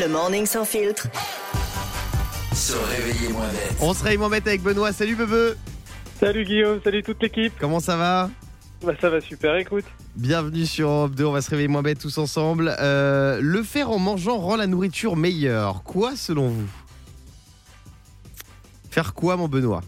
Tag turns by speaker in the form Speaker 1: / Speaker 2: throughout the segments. Speaker 1: Le morning sans filtre.
Speaker 2: Se réveiller moins bête.
Speaker 3: On se réveille moins bête avec Benoît. Salut Bebe.
Speaker 4: Salut Guillaume, salut toute l'équipe.
Speaker 3: Comment ça va
Speaker 4: Bah ça va super, écoute.
Speaker 3: Bienvenue sur Europe 2. On va se réveiller moins bête tous ensemble. Euh, le faire en mangeant rend la nourriture meilleure. Quoi selon vous Faire quoi, mon Benoît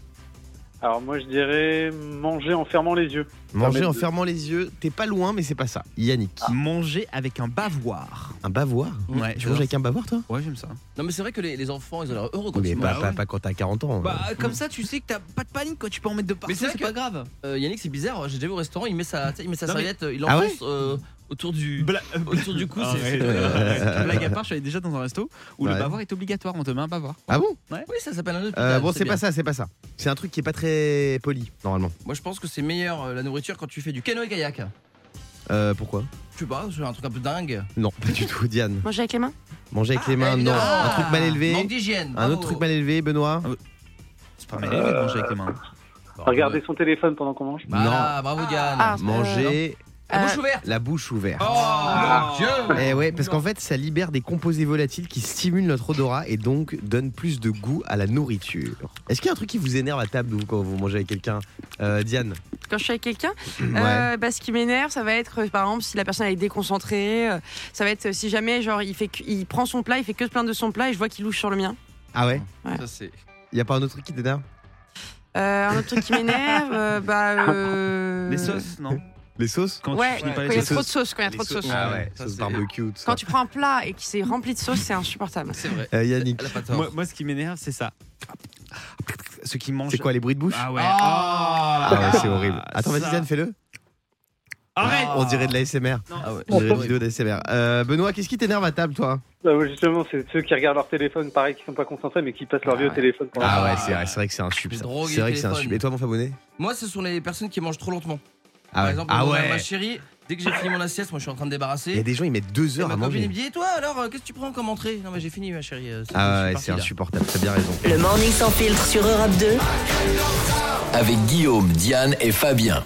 Speaker 4: Alors moi je dirais manger en fermant les yeux.
Speaker 3: Manger
Speaker 4: Permettre
Speaker 3: en
Speaker 4: de-
Speaker 3: fermant les yeux. T'es pas loin, mais c'est pas ça. Yannick.
Speaker 5: Manger avec un bavoir.
Speaker 3: Un bavard
Speaker 5: Ah. Ouais,
Speaker 3: Tu
Speaker 5: j'adore
Speaker 3: manges avec un bavard, toi
Speaker 5: Ouais, j'aime ça.
Speaker 6: Non mais c'est vrai que les, les enfants ils ont l'air heureux quand
Speaker 3: Mais
Speaker 6: ils
Speaker 3: pas,
Speaker 6: mangent.
Speaker 3: pas- pas quand t'as 40 ans. hein.
Speaker 5: Bah, comme ça, tu sais que t'as pas de panique quand tu peux en mettre de partout.
Speaker 6: Mais c'est vrai
Speaker 5: c'est
Speaker 6: que-
Speaker 5: pas grave.
Speaker 6: Euh, Yannick c'est bizarre, j'ai déjà vu au restaurant, il met sa, tu sais, il met sa
Speaker 5: Non, mais-
Speaker 6: serviette, il
Speaker 3: Ah ouais
Speaker 6: l'enfonce euh, autour du autour du cou. c'est-
Speaker 5: Arrête.
Speaker 6: c'est-
Speaker 5: Blague à part, je suis allé déjà dans un resto où
Speaker 3: Ouais.
Speaker 5: le bavoir est obligatoire. On te met un bavoir.
Speaker 3: Ah bon
Speaker 6: Oui ça s'appelle un autre.
Speaker 3: Euh, Bon, c'est pas ça, c'est pas ça. C'est un truc qui est pas très poli, normalement.
Speaker 6: Moi je pense que c'est meilleur euh, la nourriture quand tu fais du canoë kayak.
Speaker 3: Euh, pourquoi
Speaker 6: Tu sais pas, c'est un truc un peu dingue.
Speaker 3: Non, pas du tout, Diane.
Speaker 7: Manger avec les mains
Speaker 3: Manger avec les
Speaker 6: Ah,
Speaker 3: mains, non.
Speaker 6: évidemment.
Speaker 3: Un truc mal
Speaker 6: Manque
Speaker 3: élevé.
Speaker 6: d'hygiène.
Speaker 3: Un
Speaker 6: bravo.
Speaker 3: autre truc mal élevé, Benoît
Speaker 5: C'est pas mal élevé de manger avec les mains.
Speaker 6: Bon,
Speaker 4: Regarder
Speaker 6: ouais.
Speaker 4: son téléphone pendant qu'on mange.
Speaker 6: Voilà, bravo Diane.
Speaker 7: Ah,
Speaker 3: Manger
Speaker 6: La
Speaker 7: Euh,
Speaker 6: bouche ouverte.
Speaker 3: la bouche ouverte.
Speaker 6: Oh mon
Speaker 3: Eh ouais, parce qu'en fait, ça libère des composés volatiles qui stimulent notre odorat et donc donnent plus de goût à la nourriture. Est-ce qu'il y a un truc qui vous énerve à table vous, quand vous mangez avec quelqu'un Euh, Diane
Speaker 7: Quand je suis avec quelqu'un,
Speaker 3: Ouais.
Speaker 7: euh, bah, ce qui m'énerve, ça va être, euh, par exemple, si la personne elle est déconcentrée, euh, ça va être euh, si jamais, genre, il, fait que- il prend son plat, il fait que se plaindre de son plat et je vois qu'il louche sur le mien.
Speaker 3: Ah ouais
Speaker 6: Dieu. Ça, c'est-
Speaker 3: Y a pas un autre truc qui t'énerve
Speaker 7: Euh, un autre truc qui m'énerve, euh, bah. euh,
Speaker 5: Les sauces, non
Speaker 3: Les sauces
Speaker 5: Quand
Speaker 7: ouais,
Speaker 5: finis
Speaker 7: quand
Speaker 5: pas
Speaker 7: il
Speaker 5: les
Speaker 7: y a
Speaker 3: sauces.
Speaker 7: trop de sauce, quand il y a trop de sauce.
Speaker 3: Ah ouais,
Speaker 6: Ça,
Speaker 3: sauce
Speaker 6: c'est-
Speaker 3: barbecue, tout ça.
Speaker 7: Quand tu prends un plat et qu'il s'est rempli de sauce, c'est insupportable.
Speaker 6: c'est vrai.
Speaker 3: Euh, Yannick,
Speaker 6: Elle a pas tort.
Speaker 5: Moi, moi, ce qui m'énerve, c'est ça. Ceux qui mangent.
Speaker 3: c'est quoi les bruits de bouche
Speaker 5: Ah ouais.
Speaker 6: Ah.
Speaker 3: Ah ouais, c'est horrible.
Speaker 5: Ah,
Speaker 3: Attends, vas-y,
Speaker 5: ça.
Speaker 3: Diane, fais-le.
Speaker 5: Arrête
Speaker 3: On dirait de l'ASMR.
Speaker 6: Ah ouais.
Speaker 3: On dirait une vidéo d'ASMR. Euh, Benoît, qu'est-ce qui t'énerve à table, toi
Speaker 4: Bah, ouais, justement, c'est ceux qui regardent leur téléphone, pareil, qui sont pas concentrés, mais qui passent leur vie au téléphone pendant.
Speaker 3: Ah ouais, c'est vrai, c'est vrai que c'est un
Speaker 6: Oh.
Speaker 3: sub.
Speaker 6: Les
Speaker 3: ça.
Speaker 6: drogues et
Speaker 3: C'est vrai que c'est un
Speaker 6: téléphones.
Speaker 3: sub. Et toi, mon abonné
Speaker 6: Moi, ce sont les personnes qui mangent trop lentement.
Speaker 3: Ah
Speaker 6: Par
Speaker 3: ouais.
Speaker 6: exemple,
Speaker 3: Ah
Speaker 6: moi, ma
Speaker 3: ouais.
Speaker 6: chérie, dès que j'ai fini mon assiette, moi je suis en train de
Speaker 3: Il y a
Speaker 6: débarrasser.
Speaker 3: des gens, ils mettent deux
Speaker 6: Et
Speaker 3: heures
Speaker 6: ma
Speaker 3: à
Speaker 6: copine elle
Speaker 3: manger.
Speaker 6: me dit Et toi alors, euh, qu'est-ce que tu prends comme entrée Non, mais j'ai fini, ma chérie. euh, c'est- je
Speaker 3: Ah
Speaker 6: suis
Speaker 3: ouais,
Speaker 6: parti,
Speaker 3: c'est
Speaker 6: là.
Speaker 3: insupportable. T'as bien raison.
Speaker 1: Le morning sans filtre sur Europe 2.
Speaker 2: Avec Guillaume, Diane et Fabien.